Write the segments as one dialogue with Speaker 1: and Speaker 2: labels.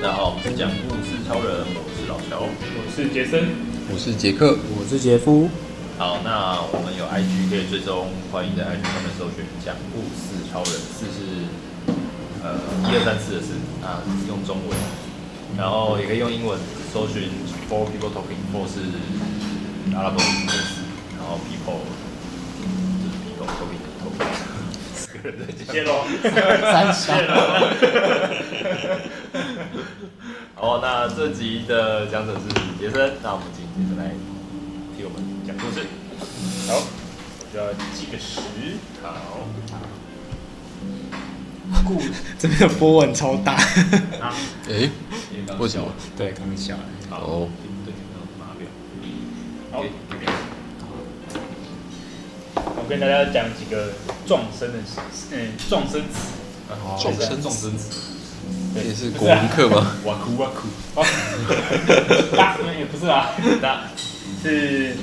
Speaker 1: 大家好，我们是讲故事超人，我是老乔。
Speaker 2: 我是杰森，
Speaker 3: 我是杰克，
Speaker 4: 我是杰夫，
Speaker 1: 好，那我们有 IG 可以追踪，欢迎在 IG 上面搜寻“讲故事超人”，四是呃一二三四的四啊，用中文，然后也可以用英文搜寻 “Four People Talking”，或是阿拉伯文的四，然后 People 就是 People Talking Talking，四个人在 讲
Speaker 2: 谢喽。
Speaker 4: 三小
Speaker 1: 好，那这集的讲者是杰森，那我们请杰森来替我们讲故事。
Speaker 2: 好，我就要记个十。
Speaker 1: 好，
Speaker 2: 故
Speaker 4: 这边的波纹超大，
Speaker 2: 啊，
Speaker 3: 诶，
Speaker 1: 因刚
Speaker 3: 为什么？
Speaker 4: 对，刚笑了。
Speaker 1: 好，
Speaker 3: 哦
Speaker 1: 对对，马表。
Speaker 2: 好，我跟大家讲几个撞声的，嗯，撞声词。
Speaker 3: 众生
Speaker 1: 众生词，
Speaker 2: 对
Speaker 3: 也是国文课吗？
Speaker 1: 哇酷哇酷，
Speaker 2: 不是啊？ 大，嗯也不是啊，大是，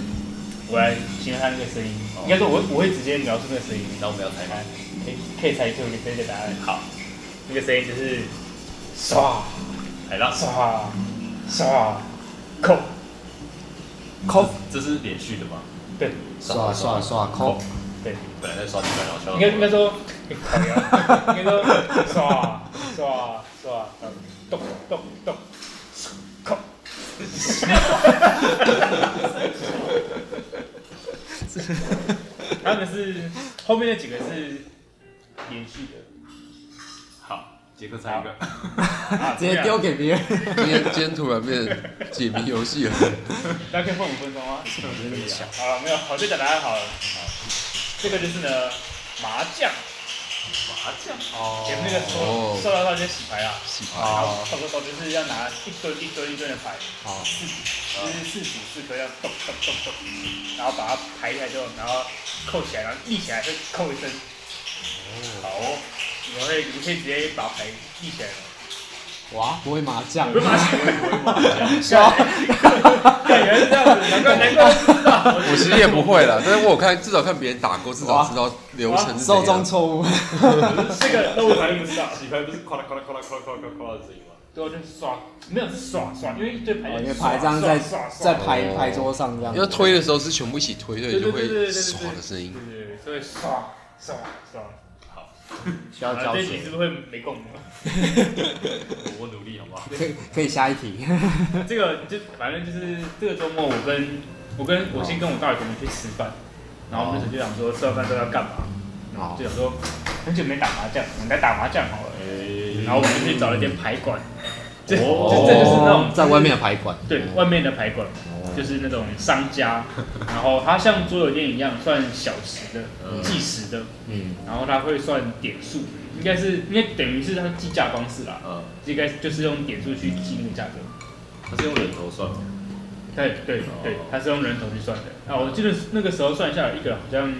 Speaker 2: 我来形容它那个声音，应该说我会我会直接描述那个声音，
Speaker 1: 那我们要猜吗
Speaker 2: 来？可以可以猜出一个正确答案。好，那个声音就是唰
Speaker 1: 海浪，
Speaker 2: 唰唰，扣
Speaker 1: 扣，这是连续的吗？
Speaker 2: 对
Speaker 4: 刷刷刷扣，
Speaker 2: 对。
Speaker 1: 本来在刷地板，然后敲到
Speaker 2: 应该应该说，靠腰应该说刷刷刷，嗯咚咚咚，靠，他们是后面那几个是连续的
Speaker 1: 好，杰克猜一个，，
Speaker 2: 啊
Speaker 4: 直接丢，给别人。
Speaker 3: 今天今天突然变解谜游 戏了，
Speaker 2: 这样大家可以放五分钟吗？好了，没有，好，就讲答案好了。好，这个就是呢麻将，
Speaker 1: 麻将，
Speaker 2: 前面那个说
Speaker 3: 哦
Speaker 2: 说到到些洗牌啊。
Speaker 3: 洗牌
Speaker 2: 然后
Speaker 4: 哦
Speaker 2: 动不动就是要拿一堆一堆一堆的牌，
Speaker 4: 好，
Speaker 2: 四就是四组四颗要动动动动，然后把它排起来之后，然后扣起来，然后立起来就扣一声。好哦，你们会你可以直接把牌立起来吗？
Speaker 4: 哇，不会麻将
Speaker 2: 不，是马戏，
Speaker 4: 笑，
Speaker 2: 对，原来是这样子，难怪难怪知道。
Speaker 3: 我其实也不会啦，但是我有看至少看别人打过，至少知道流程是怎
Speaker 4: 受众
Speaker 3: 样。
Speaker 4: 错误。
Speaker 2: 这个那我才不知道，
Speaker 1: 洗牌不是夸啦夸啦夸啦夸啦夸啦夸啦的声音吗？
Speaker 2: 对，我就是刷，没有是刷刷，因为一堆牌，
Speaker 4: 哦因为牌这样在
Speaker 2: 刷
Speaker 4: 在
Speaker 2: 刷，
Speaker 4: 牌牌桌上这样，
Speaker 3: 要推的时候是全部一起推，所以
Speaker 2: 对对
Speaker 3: 就
Speaker 2: 对对
Speaker 3: 会
Speaker 2: 对，
Speaker 3: 唰的声音。
Speaker 2: 对对，所以刷刷刷。
Speaker 1: 好，
Speaker 4: 需要
Speaker 2: 啊
Speaker 4: 教
Speaker 2: 这一题是
Speaker 4: 学。
Speaker 2: 不是会没共鸣？
Speaker 1: 我努力好不好？
Speaker 4: 可以可以下一题，
Speaker 2: 这个就反正就是这个周末，我跟我跟我先跟我大学同学去吃饭，然后我们那时候就想说吃完饭都要干嘛，
Speaker 1: 哦
Speaker 2: 然后就想说很久没打麻将，我们来打麻将好了。
Speaker 1: 哎
Speaker 2: 然后我们就去找了一间牌馆，这这
Speaker 1: 哦
Speaker 2: 哦这就是那种
Speaker 4: 在外面的牌馆，
Speaker 2: 对外面的牌馆，
Speaker 4: 哦
Speaker 2: 就是那种商家， 然后它像桌游店一样算小时的、计时的，
Speaker 4: 嗯，
Speaker 2: 然后它会算点数，应该是应该等于是它的计价方式啦，
Speaker 1: 嗯，
Speaker 2: 应该就是用点数去计那个价格。
Speaker 1: 他是用人头算吗？
Speaker 2: 对对
Speaker 4: 哦
Speaker 2: 对，它是用人头去算的。啊，我记得那个时候算下来一个好像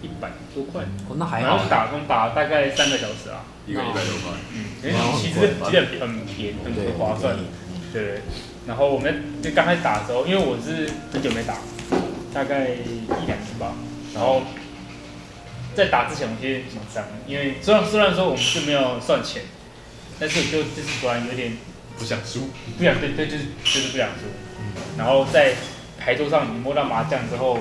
Speaker 2: 一百多块，
Speaker 4: 哦，那还
Speaker 2: 然
Speaker 4: 好
Speaker 2: 后，打工打大概三个小时啊。
Speaker 1: 一个一百多块，
Speaker 2: 嗯，因为其实其实很便宜，很
Speaker 4: 对，
Speaker 2: 划算。对对。然后我们就刚开始打的时候，因为我是很久没打，大概一两年吧。然后在打之前，我其实紧张，因为虽然虽然说我们是没有算钱，但是我就就是突然有点
Speaker 1: 不想输，
Speaker 2: 不想对对，就是就是不想输。然后在牌桌上你摸到麻将之后，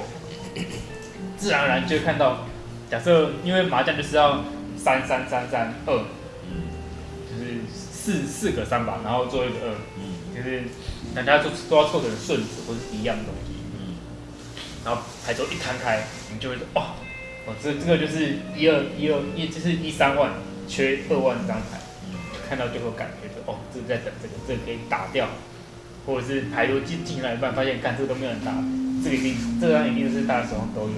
Speaker 2: 自然而然就会看到，假设因为麻将就是要三三三三二，就是四四个三吧，然后做一个二，
Speaker 1: 嗯
Speaker 2: 就是大家都都要凑成顺子或者是一样的东西。
Speaker 1: 嗯，
Speaker 2: 然后牌桌一摊开，你就会说哇，我这这个就是一二一二一，就是一三万缺二万张牌，看到就会感觉说哦，这个在等这个，这个可以打掉，或者是牌桌进进来一半，发现干这个都没有人打，这个一定这张一定是大家手上都有，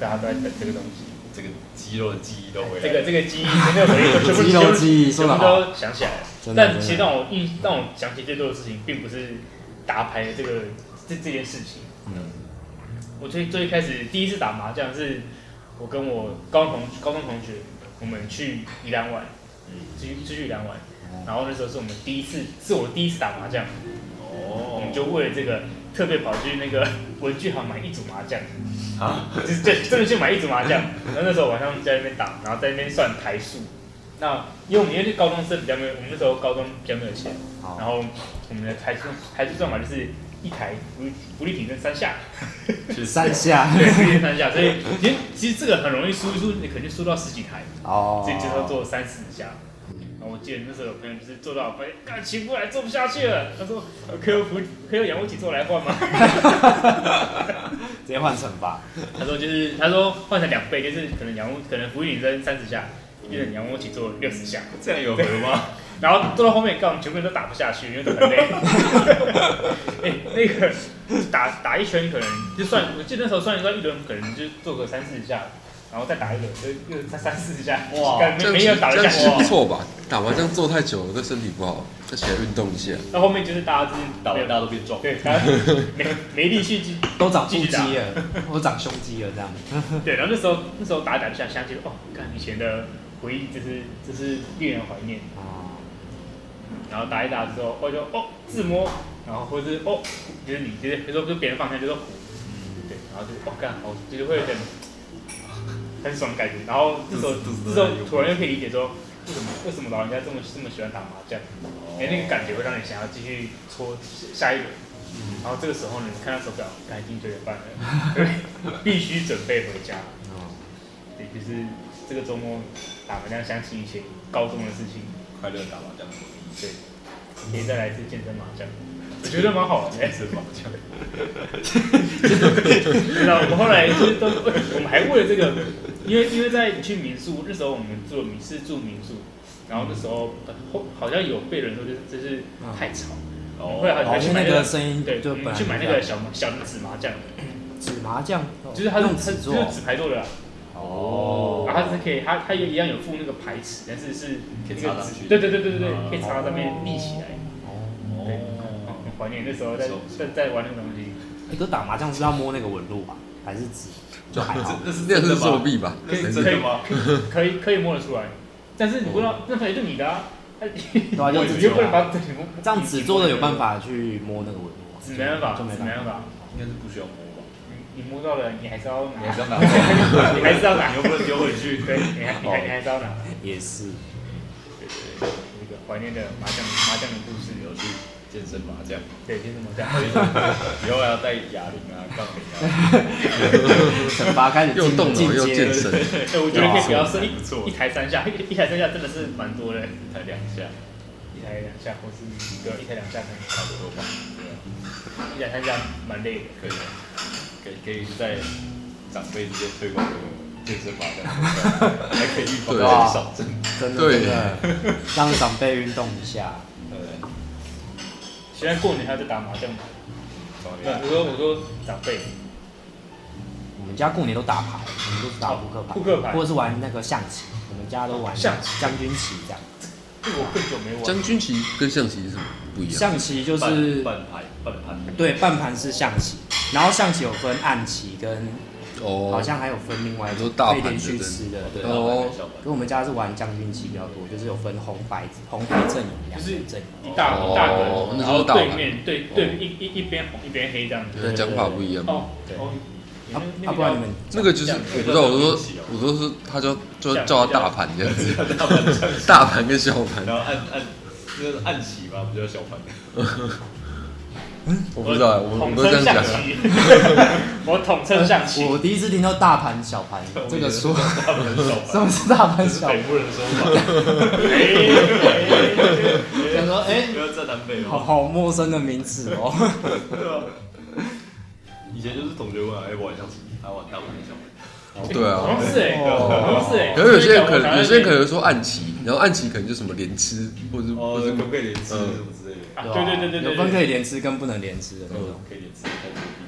Speaker 2: 大家都在等这个东西。
Speaker 1: 这个肌肉的记忆都回来，
Speaker 2: 这个这个记忆没有回忆，全部
Speaker 4: 肌肉记忆
Speaker 2: 全
Speaker 4: 说
Speaker 2: 部
Speaker 4: 得好
Speaker 2: 都想起来了。
Speaker 4: 真的
Speaker 2: 但其实让我印让我想起最多的事情，并不是打牌的这个这这件事情。
Speaker 4: 嗯
Speaker 2: 我最最开始第一次打麻将是，我跟我高中同高中同学，我们去宜兰玩，
Speaker 4: 嗯
Speaker 2: 去出去宜兰玩，
Speaker 4: 哦
Speaker 2: 然后那时候是我们第一次，是我第一次打麻将，我
Speaker 1: 哦
Speaker 2: 们，就为了这个特别跑去那个 文具行买一组麻将，
Speaker 4: 啊，
Speaker 2: 就是真真的去买一组麻将。然后那时候晚上在那边打，然后在那边算台数。那因为我们因为高中生比较没有，我们那时候高中比较没有钱，
Speaker 4: 好
Speaker 2: 然后我们的台数台数算法就是一台福利福利挺身三下，
Speaker 1: 就是
Speaker 4: 三下
Speaker 2: 对，福利挺身三下，所以其实其实这个很容易输一输，你可能就输到十几台。
Speaker 4: 哦，
Speaker 2: 所以就要做三四下。然后我记得那时候有朋友就是做到，发现干起不来，做不下去了。他说：“呃可有服，可有仰卧起坐来换吗
Speaker 4: 直接换惩罚，？”
Speaker 2: 他说：“就是，他说换成两倍，就是可能仰卧，可能俯卧撑三十下，变成仰卧起坐六十下。
Speaker 1: 这样有合吗？
Speaker 2: 然后做到后面，干我们全部人都打不下去，因为 都很累。哎、那个打打一圈可能就算，我记得那时候算一算一轮，可能就做个三四下，然后再打一轮，就又三三四下，
Speaker 4: 哇
Speaker 2: 干没
Speaker 3: 这
Speaker 2: 没有
Speaker 3: 样
Speaker 2: 打得
Speaker 3: 这
Speaker 2: 下
Speaker 3: 样
Speaker 2: 去
Speaker 3: 是。不错吧？打麻将坐太久了，对身体不好，再起来运动一下。
Speaker 2: 到后面就是大家就是
Speaker 1: 打完
Speaker 2: 没有
Speaker 1: 大家都变壮，
Speaker 2: 对，他没没力气去，
Speaker 4: 都长腹肌了，都长胸肌了，这样，
Speaker 2: 对，然后那时候那时候打一打就想想起哦，看以前的回忆，就是就是令人怀念。
Speaker 4: 哦，
Speaker 2: 然后打一打之后，或者说哦自摸，然后或者是哦，就是你就是比如说就别人放下就是虎，对，然后就是哦干，好，就是会有点 很爽的感觉。然后这时候
Speaker 1: 肚子肚
Speaker 2: 这
Speaker 1: 子
Speaker 2: 时候
Speaker 1: 在
Speaker 2: 突然就可以理解说，为什么为什么老人家这么这么喜欢打麻将？
Speaker 1: 哦
Speaker 2: 哎、那个感觉会让你想要继续搓下一轮。
Speaker 1: 嗯
Speaker 2: 然后这个时候呢，你看到手表，干已经九点半 了，对，必须准备回家。
Speaker 1: 哦
Speaker 2: 对，就是这个周末打麻将，想起以前高中的事情，
Speaker 1: 快乐打麻将，
Speaker 2: 对，可以再来一次健身麻将，我觉得蛮好玩的。
Speaker 1: 健身麻 将，
Speaker 2: 那我们后来就是都，我们还为了这个，因为因为在去民宿那时候，我们住民是住民宿，然后那时候后好像有被人说就是就是太吵，后来还
Speaker 4: 嗯哦，
Speaker 2: 去
Speaker 4: 就
Speaker 2: 买
Speaker 4: 那
Speaker 2: 那个
Speaker 4: 个声音，
Speaker 2: 对，
Speaker 4: 就
Speaker 2: 我
Speaker 4: 本
Speaker 2: 们
Speaker 4: 来
Speaker 2: 去买那
Speaker 4: 就这
Speaker 2: 个
Speaker 4: 样
Speaker 2: 小小的纸麻将，
Speaker 4: 纸麻将，哦
Speaker 2: 就是它是
Speaker 4: 用
Speaker 2: 它
Speaker 4: 纸
Speaker 2: 就
Speaker 4: 做
Speaker 2: 是纸牌做的啦，
Speaker 4: 哦
Speaker 2: 然后它是可以它它也一样有附那个牌尺，但是是
Speaker 1: 可以
Speaker 2: 那
Speaker 1: 插
Speaker 2: 个
Speaker 1: 上
Speaker 2: 纸，
Speaker 1: 去
Speaker 2: 对对对对对
Speaker 1: 哦
Speaker 2: 对，可以插到上面立起来，对，哦
Speaker 1: 哦，
Speaker 2: 很怀念那时候在
Speaker 1: 不错不
Speaker 2: 在在玩那种东西。
Speaker 4: 哎可是打麻将是要摸那个纹路吧，还是纸？就还 好，
Speaker 1: 这是
Speaker 3: 那
Speaker 1: 真
Speaker 3: 是
Speaker 1: 的
Speaker 3: 作
Speaker 1: 吗？
Speaker 3: 弊吧？
Speaker 1: 那是真的吗？哦
Speaker 2: 可以可以摸得出来，但是你不知道那牌就你的啊，
Speaker 4: 对啊，就
Speaker 2: 你
Speaker 4: 纸
Speaker 2: 就不
Speaker 4: 做
Speaker 2: 能
Speaker 4: 啊，
Speaker 2: 把这里摸
Speaker 4: 这样纸做的有办，法去摸那个纹路啊，
Speaker 2: 纸没办法，
Speaker 4: 就没
Speaker 2: 纸没办法，
Speaker 1: 应该是不需要摸吧？
Speaker 2: 你你摸到了，你还是要
Speaker 1: 你还
Speaker 2: 拿，
Speaker 1: 是要拿走，
Speaker 2: 你还是要拿
Speaker 1: 你，又不能丢回去。哦
Speaker 2: 对，你还你还你还是要拿，
Speaker 4: 也是，
Speaker 2: 对对对，那个怀念的麻将麻将的故事有趣，
Speaker 1: 健身麻将，
Speaker 2: 对，就是麻将，
Speaker 1: 以后还要带哑铃啊、杠铃啊，
Speaker 4: 惩罚开始
Speaker 3: 又
Speaker 4: 进
Speaker 3: 动
Speaker 4: 进
Speaker 3: 脑又
Speaker 4: 阶
Speaker 3: 健身，
Speaker 2: 对，我觉得可以不要设
Speaker 1: 不错
Speaker 2: 一一台三下，一台三下真的是蛮多的，
Speaker 1: 才两下，
Speaker 2: 一台两下或是对一台两下可能
Speaker 1: 差不多吧？对啊，
Speaker 2: 一台三下蛮累的，
Speaker 1: 可以，可以，可以在长辈之间推广这个健身麻将，还可以预防
Speaker 3: 对
Speaker 4: 啊
Speaker 1: 减少症。
Speaker 4: 真的
Speaker 3: 对
Speaker 4: 真的，让长辈运动一下，
Speaker 1: 对，
Speaker 2: 现在过年还要再打麻将吗？
Speaker 1: 怎么
Speaker 2: 对，
Speaker 1: 样
Speaker 2: 我说我说长辈，
Speaker 4: 我们家过年都打牌，我们都是打扑克牌，
Speaker 2: 扑克牌
Speaker 4: 或者是玩那个象棋，我们家都玩
Speaker 2: 象棋
Speaker 4: 将军棋这样，
Speaker 2: 这个我更久没玩了。
Speaker 3: 将军棋跟象棋是什么不一样？
Speaker 4: 象棋就是
Speaker 1: 半半盘半盘，
Speaker 4: 对半盘是象棋，然后象棋有分暗棋跟，
Speaker 3: 哦，
Speaker 4: 好像还有分另外一
Speaker 3: 很多
Speaker 4: 种
Speaker 3: 大
Speaker 4: 可以
Speaker 3: 盘的
Speaker 4: 连续
Speaker 3: 对
Speaker 4: 吃的，对。
Speaker 3: 哦
Speaker 1: 小盘
Speaker 4: 跟我们家是玩将军棋比较多，就是有分红白红白阵营、两
Speaker 2: 就是
Speaker 4: 红阵营。
Speaker 2: 一大一大个，
Speaker 3: 哦那
Speaker 2: 然
Speaker 3: 时候
Speaker 2: 后
Speaker 3: 大盘
Speaker 2: 对面对对一一一边红一边黑这样子。
Speaker 3: 那讲法不一样。
Speaker 2: 哦
Speaker 4: 对
Speaker 2: 哦，你
Speaker 4: 啊
Speaker 2: 们
Speaker 4: 啊，不然你们
Speaker 3: 那个就是我不知道，我说我说是他叫就叫他大盘这样 子，
Speaker 1: 大盘上下，
Speaker 3: 大盘跟小盘，
Speaker 1: 然后按按就是按起嘛，不叫小盘。
Speaker 3: 我不知道，啊我我
Speaker 2: 统
Speaker 3: 都这
Speaker 2: 称
Speaker 3: 样
Speaker 2: 象
Speaker 3: 讲。
Speaker 2: 棋，我统称象棋，
Speaker 4: 我第一次听到大盘小盘这个说，
Speaker 1: 大盘小
Speaker 4: 什
Speaker 1: 盘，
Speaker 4: 么是大盘
Speaker 1: 这
Speaker 4: 小
Speaker 1: 是
Speaker 4: 盘
Speaker 1: 北？部人的说法，
Speaker 4: 想说，哎、
Speaker 1: 不要站南北
Speaker 4: 好
Speaker 1: 哦。
Speaker 4: 好陌生的名字哦。
Speaker 1: 对啊， 以前就是同学问，哎，玩象棋，还玩大盘小盘，
Speaker 3: 对啊
Speaker 2: 好像是哎，好像是哎。
Speaker 3: 可是有些人可能有些人可能说暗棋，然后暗棋可能就什么连吃，或者或
Speaker 1: 哦，
Speaker 3: 者
Speaker 1: 可不可以连吃什么之类的？
Speaker 2: 啊， 对对对对对，
Speaker 4: 有分可以连吃跟不能连吃的那种，
Speaker 1: 呃可以连吃，太牛逼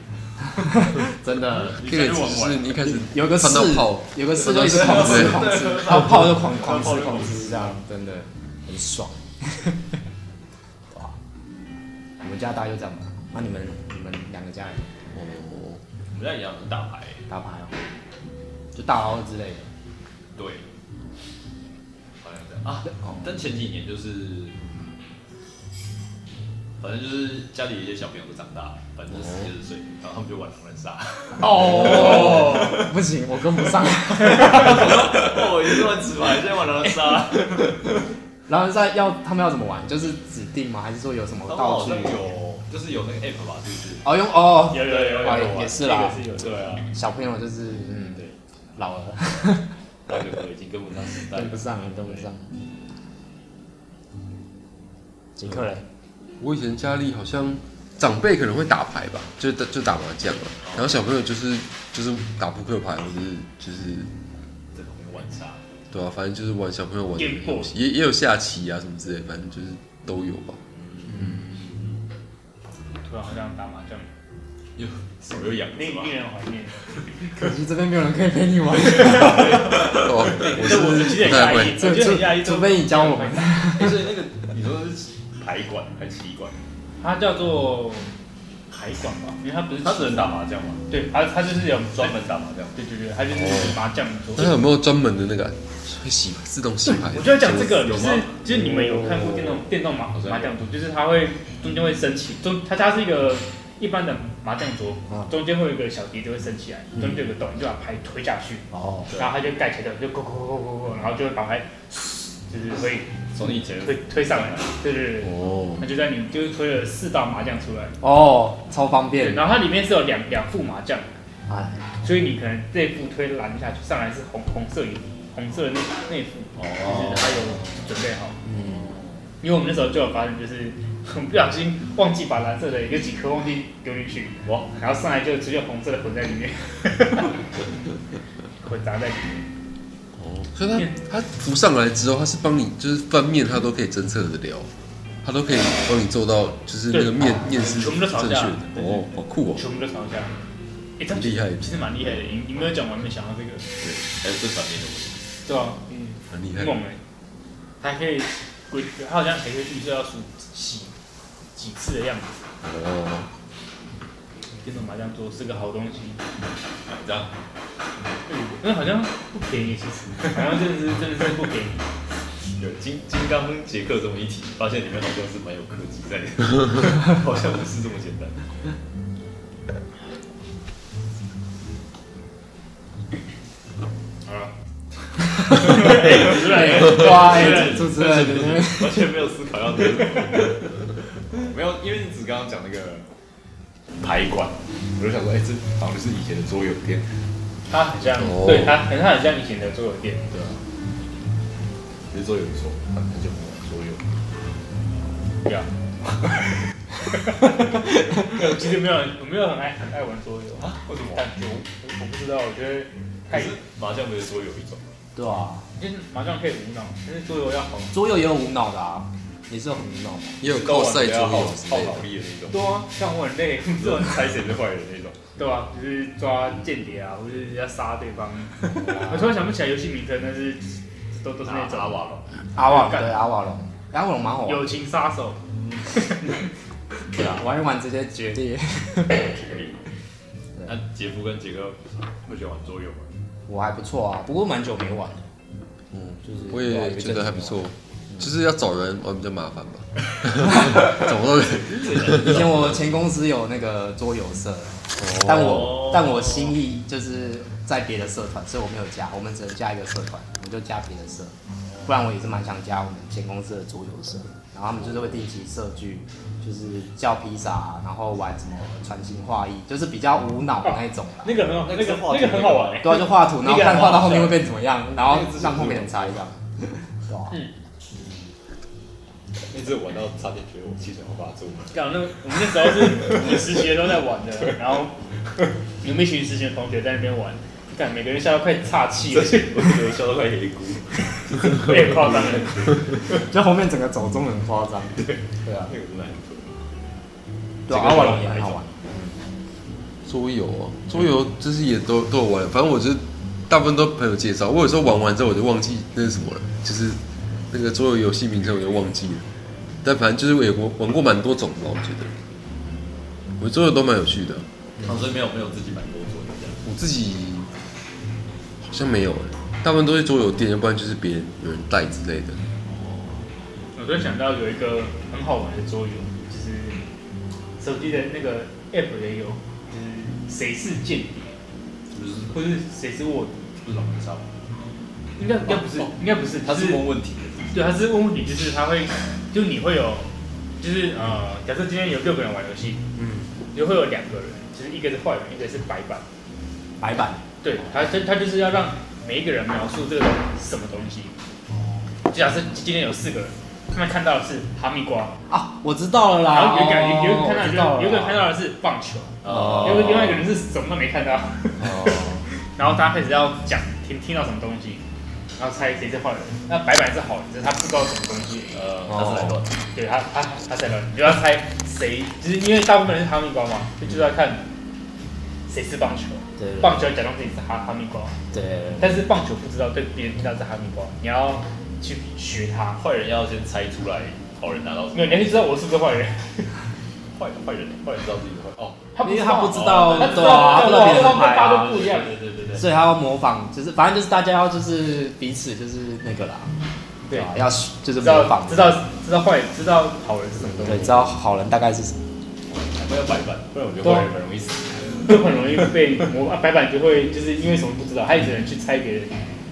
Speaker 4: 嗯真的。
Speaker 1: 了！
Speaker 3: 这个只是你一开始
Speaker 4: 有个
Speaker 3: 看到
Speaker 4: 四
Speaker 3: 炮，，
Speaker 4: 有个四就一直狂吃狂吃，然后泡就狂狂吃狂吃嗯这样，真的很爽。 哇，我们家大概就这样吧。那、你们你们两个家人
Speaker 3: 哦，
Speaker 1: 我们家一样是大牌，
Speaker 4: 打牌哦，就大老二之类的。
Speaker 1: 对，啊哦好像这样啊。但前几年就是嗯反正就是家里有一些小朋友都长大了，反正十几二十岁，然后他们就玩狼人 杀。
Speaker 4: 哦， 不行，我跟不上。
Speaker 1: 哦，我也是玩纸牌，现在玩狼人杀，
Speaker 4: 狼人杀要他们要怎么玩？就是指定吗？还是说有什么
Speaker 1: 他们
Speaker 4: 道
Speaker 1: 好
Speaker 4: 具
Speaker 1: 像？有，就是有那个 app 吧，是
Speaker 4: 哦，用哦，
Speaker 2: 有有有
Speaker 4: 啊
Speaker 2: 有有
Speaker 4: 也是啦
Speaker 2: 这个
Speaker 1: 不
Speaker 2: 是
Speaker 1: 是？
Speaker 2: 有的。
Speaker 1: 对啊，
Speaker 4: 小朋友就是嗯，
Speaker 1: 对，
Speaker 4: 老了，
Speaker 1: 那就我已经跟不上时代
Speaker 4: 跟
Speaker 1: 了
Speaker 4: 不。上了，跟不上。杰克嘞，
Speaker 3: 我以前家里好像长辈可能会打牌吧，就打就打麻将嘛，然后小朋友就是就是打扑克牌，或者是就是
Speaker 1: 这种玩杀，
Speaker 3: 对啊，反正就是玩小朋友玩的
Speaker 2: Game Boy
Speaker 3: 游戏，也也有下棋啊什么之类，反正就是都有吧。
Speaker 2: 突然好像打麻将，
Speaker 1: 又手又痒，是
Speaker 2: 令
Speaker 1: 吧
Speaker 2: 令？人怀念。
Speaker 4: 可惜这边没有人可以陪你玩，
Speaker 3: 对啊，我
Speaker 2: 这我
Speaker 3: 是
Speaker 2: 其实很
Speaker 3: 不
Speaker 2: 压
Speaker 3: 太
Speaker 2: 抑，
Speaker 3: 会
Speaker 2: 我，
Speaker 4: 除
Speaker 2: 觉得很压抑。
Speaker 4: 除除非你教我们。
Speaker 1: 欸所以那个你说是牌馆还是棋馆？
Speaker 2: 它叫做海馆吧，因为它不是
Speaker 1: 他只能打麻将吗？
Speaker 2: 对，它它就是有专
Speaker 1: 专
Speaker 2: 门
Speaker 1: 门打麻将？
Speaker 2: 对对对，它就是麻将桌
Speaker 3: 那。有没有专门的那个啊会洗自动洗牌？
Speaker 2: 我就要讲这个，
Speaker 1: 有
Speaker 2: 就是
Speaker 1: 吗
Speaker 2: 就是你们有看过电动电动麻
Speaker 3: 哦
Speaker 1: 好像有
Speaker 2: 麻将桌，就是它会中间会升起，中它它是一个一般的麻将桌
Speaker 3: 哦
Speaker 4: 嗯，
Speaker 2: 中间会有一个小碟子会升起来，
Speaker 3: 嗯
Speaker 2: 中间有个洞，你就把牌推下去，
Speaker 4: 哦，
Speaker 1: 对
Speaker 2: 然后它就盖起来，就咕咕咕咕咕咕，然后就会把牌就是会
Speaker 1: 从以前
Speaker 2: 推推上来，对对对，
Speaker 3: 哦，
Speaker 2: 那就在你就是推了四道麻将出来，
Speaker 4: 哦，超方
Speaker 2: 对，
Speaker 4: 便。
Speaker 2: 然后它里面是有两两副麻将，
Speaker 4: 哎，
Speaker 2: 所以你可能这副推蓝下去，上来是红红色有红色的那那一副，
Speaker 1: 哦
Speaker 2: 就是它有准备好。
Speaker 4: 嗯，
Speaker 2: 因为我们那时候就有发生，就是很不小心忘记把蓝色的有几颗忘记丢进去，哇，然后上来就只有红色的混在里面， 混杂在里面。
Speaker 3: 哦，所以它它浮上来之后，它是帮你就是翻面，它都可以侦测得了，它都可以帮你做到就是那个面面是正
Speaker 2: 全部
Speaker 3: 确的
Speaker 2: 都朝下对对对
Speaker 3: 哦，好酷哦！
Speaker 2: 全部都朝下。哎、这
Speaker 3: 很厉害
Speaker 2: 其实蛮厉害的。你你没有讲完，没想到这个，
Speaker 1: 还有正反面的问题。
Speaker 2: 对啊，嗯，
Speaker 3: 很厉害
Speaker 2: 很，猛哎、还可以规，他好像还可以预测要数几几次的样子。
Speaker 3: 哦，
Speaker 2: 电动麻将桌是个好东西，
Speaker 1: 这样
Speaker 2: 因嗯为好像不便宜，其实好像真的是真的是不便宜。
Speaker 1: 有金金刚跟杰克这么一提，发现里面好像是蛮有科技在的，好像不是这么简单。
Speaker 2: 好了，主持人
Speaker 4: 哇，哎，主持人，你们
Speaker 1: 完全没有思考要这个，没有，因为你只刚刚讲那个牌馆，我就想说，哎、这好像就是以前的桌游店，
Speaker 2: 它很像，
Speaker 3: 哦
Speaker 2: 对它，很它很像以前的桌游 店。
Speaker 1: 对啊，其实桌游不错，很久没玩桌游。
Speaker 2: 对啊，对，我其实没有很，我没有很爱很爱玩桌游啊，
Speaker 1: 为什么
Speaker 2: 但我我不知道，我觉得
Speaker 1: 可
Speaker 2: 太
Speaker 1: 是麻将不是桌游一种吗？
Speaker 4: 对啊，
Speaker 2: 就是麻将可以无脑，但是桌游要好。
Speaker 4: 桌游也有无脑的啊，也是有很无脑的。
Speaker 3: 也有靠赛桌
Speaker 1: 好
Speaker 3: 游之
Speaker 1: 好
Speaker 3: 类的
Speaker 1: 脑。力的那种，
Speaker 2: 对啊，像我很累，
Speaker 1: 这
Speaker 2: 这
Speaker 1: 种
Speaker 2: 种
Speaker 1: 猜谁是坏人那种。
Speaker 2: 对啊，就是抓间谍啊，或者是要杀对方。 我突然想不起来游戏名称，但是都都是那种
Speaker 1: 阿瓦隆，
Speaker 4: 阿瓦隆对阿瓦隆，阿瓦隆蛮好玩
Speaker 2: 友。情杀手。
Speaker 4: 对啊，玩一玩直接决裂。
Speaker 1: 那杰夫跟杰哥会喜欢玩桌游吗？
Speaker 4: 我还不错啊，不过蛮久没玩了。嗯，就是
Speaker 3: 我
Speaker 1: 啊
Speaker 3: 也觉得还不错，就是要找人哦玩比较麻烦吧， 找不到人。
Speaker 4: 以前我前公司有那个桌游社，
Speaker 3: 哦
Speaker 4: 但我但我心意就是在别的社团，所以我没有加，我们只能加一个社团，我就加别的社，不然我也是蛮想加我们前公司的桌游社，然后他们就是会定期设聚，就是叫披萨，然后玩什么传情画意，就是比较无脑的那一种啦。
Speaker 2: 那个很好，那
Speaker 1: 那
Speaker 2: 个
Speaker 1: 个
Speaker 2: 那个很好玩哎。
Speaker 4: 对啊，就画图，然后看画到后面会变怎么样，然后
Speaker 1: 那个字
Speaker 4: 让后面人猜这样。 对啊
Speaker 2: 嗯
Speaker 1: 那次玩到差点觉得我气喘发作。
Speaker 2: 讲那个我们那时候是我们实习的时候在玩的，然后有没有一群实习的同学在那边玩，看每个人笑到快岔气了，
Speaker 1: 我觉得笑到快黑咕。
Speaker 2: 有点夸张了。
Speaker 4: 就后面整个走中很夸张。对对啊
Speaker 1: 那，个真的很可
Speaker 4: 对啊，阿瓦隆也很好玩。
Speaker 3: 桌游啊，桌游
Speaker 1: 嗯
Speaker 3: 就是也都都有玩，反正我就是大部分都朋友介绍。我有时候玩完之后我就忘记那是什么了，就是那个桌游游戏名称我就忘记了。但反正就是我也玩玩过蛮多种的，我觉得我桌游都蛮有趣的。
Speaker 1: 怕。哦，所以没有没有自己买过桌游这样。
Speaker 3: 我自己好像没有欸大部分都是桌游店，要不然就是别人有人带之类的。
Speaker 2: 我突然想到有一个很好玩的桌游，就是手机的那个 app 也有，就是谁是间谍，
Speaker 1: 就是
Speaker 2: 或是谁是卧底，
Speaker 1: 不是老少，
Speaker 2: 应该应该不是，应该不是，
Speaker 1: 他
Speaker 2: 就是
Speaker 1: 问问题的，
Speaker 2: 对，他是问问题，就是他会，就你会有，就是呃，假设今天有六个人玩游戏，
Speaker 3: 嗯，
Speaker 2: 就会有两个人，就是一个是坏人，一个是白板。
Speaker 4: 白板
Speaker 2: 对，他他他就是要让每一个人描述这个是什么东西。就假设今天有四个人，他们看到的是哈密瓜，
Speaker 4: 啊，我知道了啦。
Speaker 2: 然后有一个人
Speaker 4: 哦
Speaker 2: 有一个看
Speaker 4: 我知
Speaker 2: 到
Speaker 4: 道
Speaker 2: 的
Speaker 4: 了
Speaker 2: 有一个人看
Speaker 4: 啦
Speaker 2: 到的是棒球，
Speaker 1: 哦
Speaker 2: 有一个另外一个人是什么都没看到，
Speaker 3: 哦，
Speaker 2: 然后大家开始要讲听听到什么东西，然后猜谁是坏人。那白板是好人，只是他不知道什么东西而已。
Speaker 1: 呃，他是来乱，
Speaker 2: 对他他他才乱，你就要猜谁，就是因为大部分人是哈密瓜嘛，就就是要看谁是棒球。
Speaker 4: 对
Speaker 2: 棒球假装自己是哈哈密瓜，
Speaker 4: 对
Speaker 2: 但是棒球不知道，对别人听到是哈密瓜，你要去学他。
Speaker 1: 坏人要先猜出来好人拿到什
Speaker 2: 没有，
Speaker 1: 么，
Speaker 2: 你要去知道我是不是坏人。
Speaker 1: 坏人坏人坏人知道自己是坏人哦，
Speaker 2: 他
Speaker 4: 因为他不知道，
Speaker 2: 他不知
Speaker 4: 对
Speaker 2: 道，
Speaker 4: 啊，他不知道别人
Speaker 2: 他
Speaker 4: 怎么
Speaker 2: 们
Speaker 4: 拍
Speaker 2: 大家
Speaker 4: 啊
Speaker 2: 都，不一样。
Speaker 1: 对对对对对，
Speaker 4: 所以他要模仿，就是反正就是大家要就是彼此就是那个啦，
Speaker 2: 对，
Speaker 4: 啊，要就是
Speaker 2: 知
Speaker 4: 模
Speaker 2: 道
Speaker 4: 仿，
Speaker 2: 知道知道坏人知道好人是什么东
Speaker 4: 对，
Speaker 2: 西，
Speaker 4: 知道好人大概是什么。
Speaker 1: 还不要白板，不然我觉得坏人很容易死。
Speaker 2: 就很容易被模 啊白板就会就是因为什么不知道，他也只能去猜别人，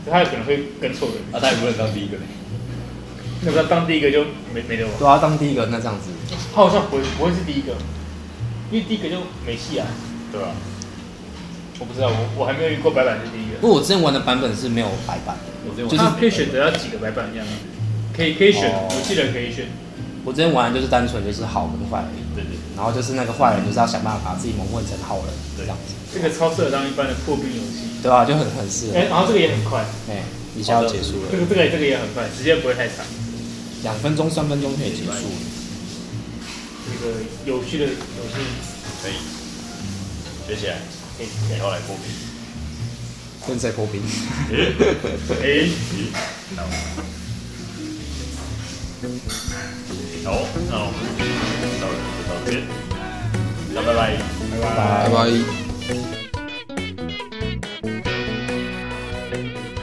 Speaker 2: 所以他有可能会跟错人。
Speaker 1: 那他也不能当第一个嘞，
Speaker 2: 那么他当第一个就没没得玩。
Speaker 4: 对啊，当第一个那这样子，
Speaker 2: 他好像不会不会是第一个，因为第一个就没戏啊。
Speaker 1: 对吧？
Speaker 2: 我不知道，我我还没有遇过白板是第一
Speaker 4: 因为
Speaker 2: 个。
Speaker 4: 我之前玩的版本是没有白板的，
Speaker 1: 我这
Speaker 4: 就是
Speaker 2: 他可以选择要几个白板这样子，可以可以选，
Speaker 4: 哦
Speaker 2: 我记得可以选。
Speaker 4: 我之前玩的就是单纯就是好跟坏而已，
Speaker 1: 对对对
Speaker 4: 然后就是那个坏人就是要想办法把自己蒙混成好人这样子，
Speaker 2: 这个超适合当一般的破冰游戏。
Speaker 4: 对啊，就很很适合
Speaker 2: 哎、。然后这个也很快，
Speaker 4: 哎，一下要结束
Speaker 2: 这
Speaker 4: 了，
Speaker 2: 个这个这个也很快，时间不会太长。
Speaker 4: 两分钟三分钟可以结束了。
Speaker 2: 这个有趣的游戏
Speaker 1: 可
Speaker 2: 哎
Speaker 1: 以嗯学起来，
Speaker 2: 可以
Speaker 1: 以后来破冰。
Speaker 4: 跟谁破冰？
Speaker 2: 哎、欸
Speaker 1: 好，那我们今天到就到这边，那拜拜。
Speaker 4: 拜
Speaker 3: 拜拜。